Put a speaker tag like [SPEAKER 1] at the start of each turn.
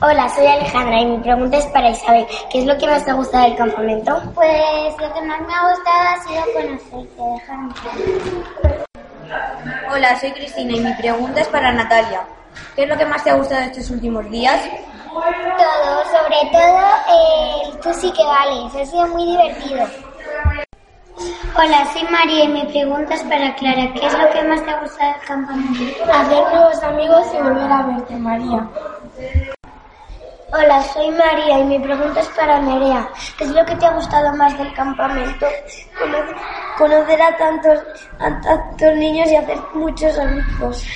[SPEAKER 1] Hola, soy Alejandra y mi pregunta es para Isabel. ¿Qué es lo que más te gusta del campamento?
[SPEAKER 2] Pues lo que más me ha gustado ha sido conocerte, dejarme.
[SPEAKER 3] Hola, soy Cristina y mi pregunta es para Natalia. ¿Qué es lo que más te ha gustado estos últimos días?
[SPEAKER 2] Todo, sobre todo el tú sí que vales, ha sido muy divertido.
[SPEAKER 1] Hola, soy María y mi pregunta es para Clara. ¿Qué es lo que más te ha gustado del campamento?
[SPEAKER 4] Hacer nuevos amigos y volver a verte, María.
[SPEAKER 5] Hola, soy María y mi pregunta es para Nerea. ¿Qué es lo que te ha gustado más del campamento? Conocer, conocer a, tantos, a tantos niños y hacer muchos amigos.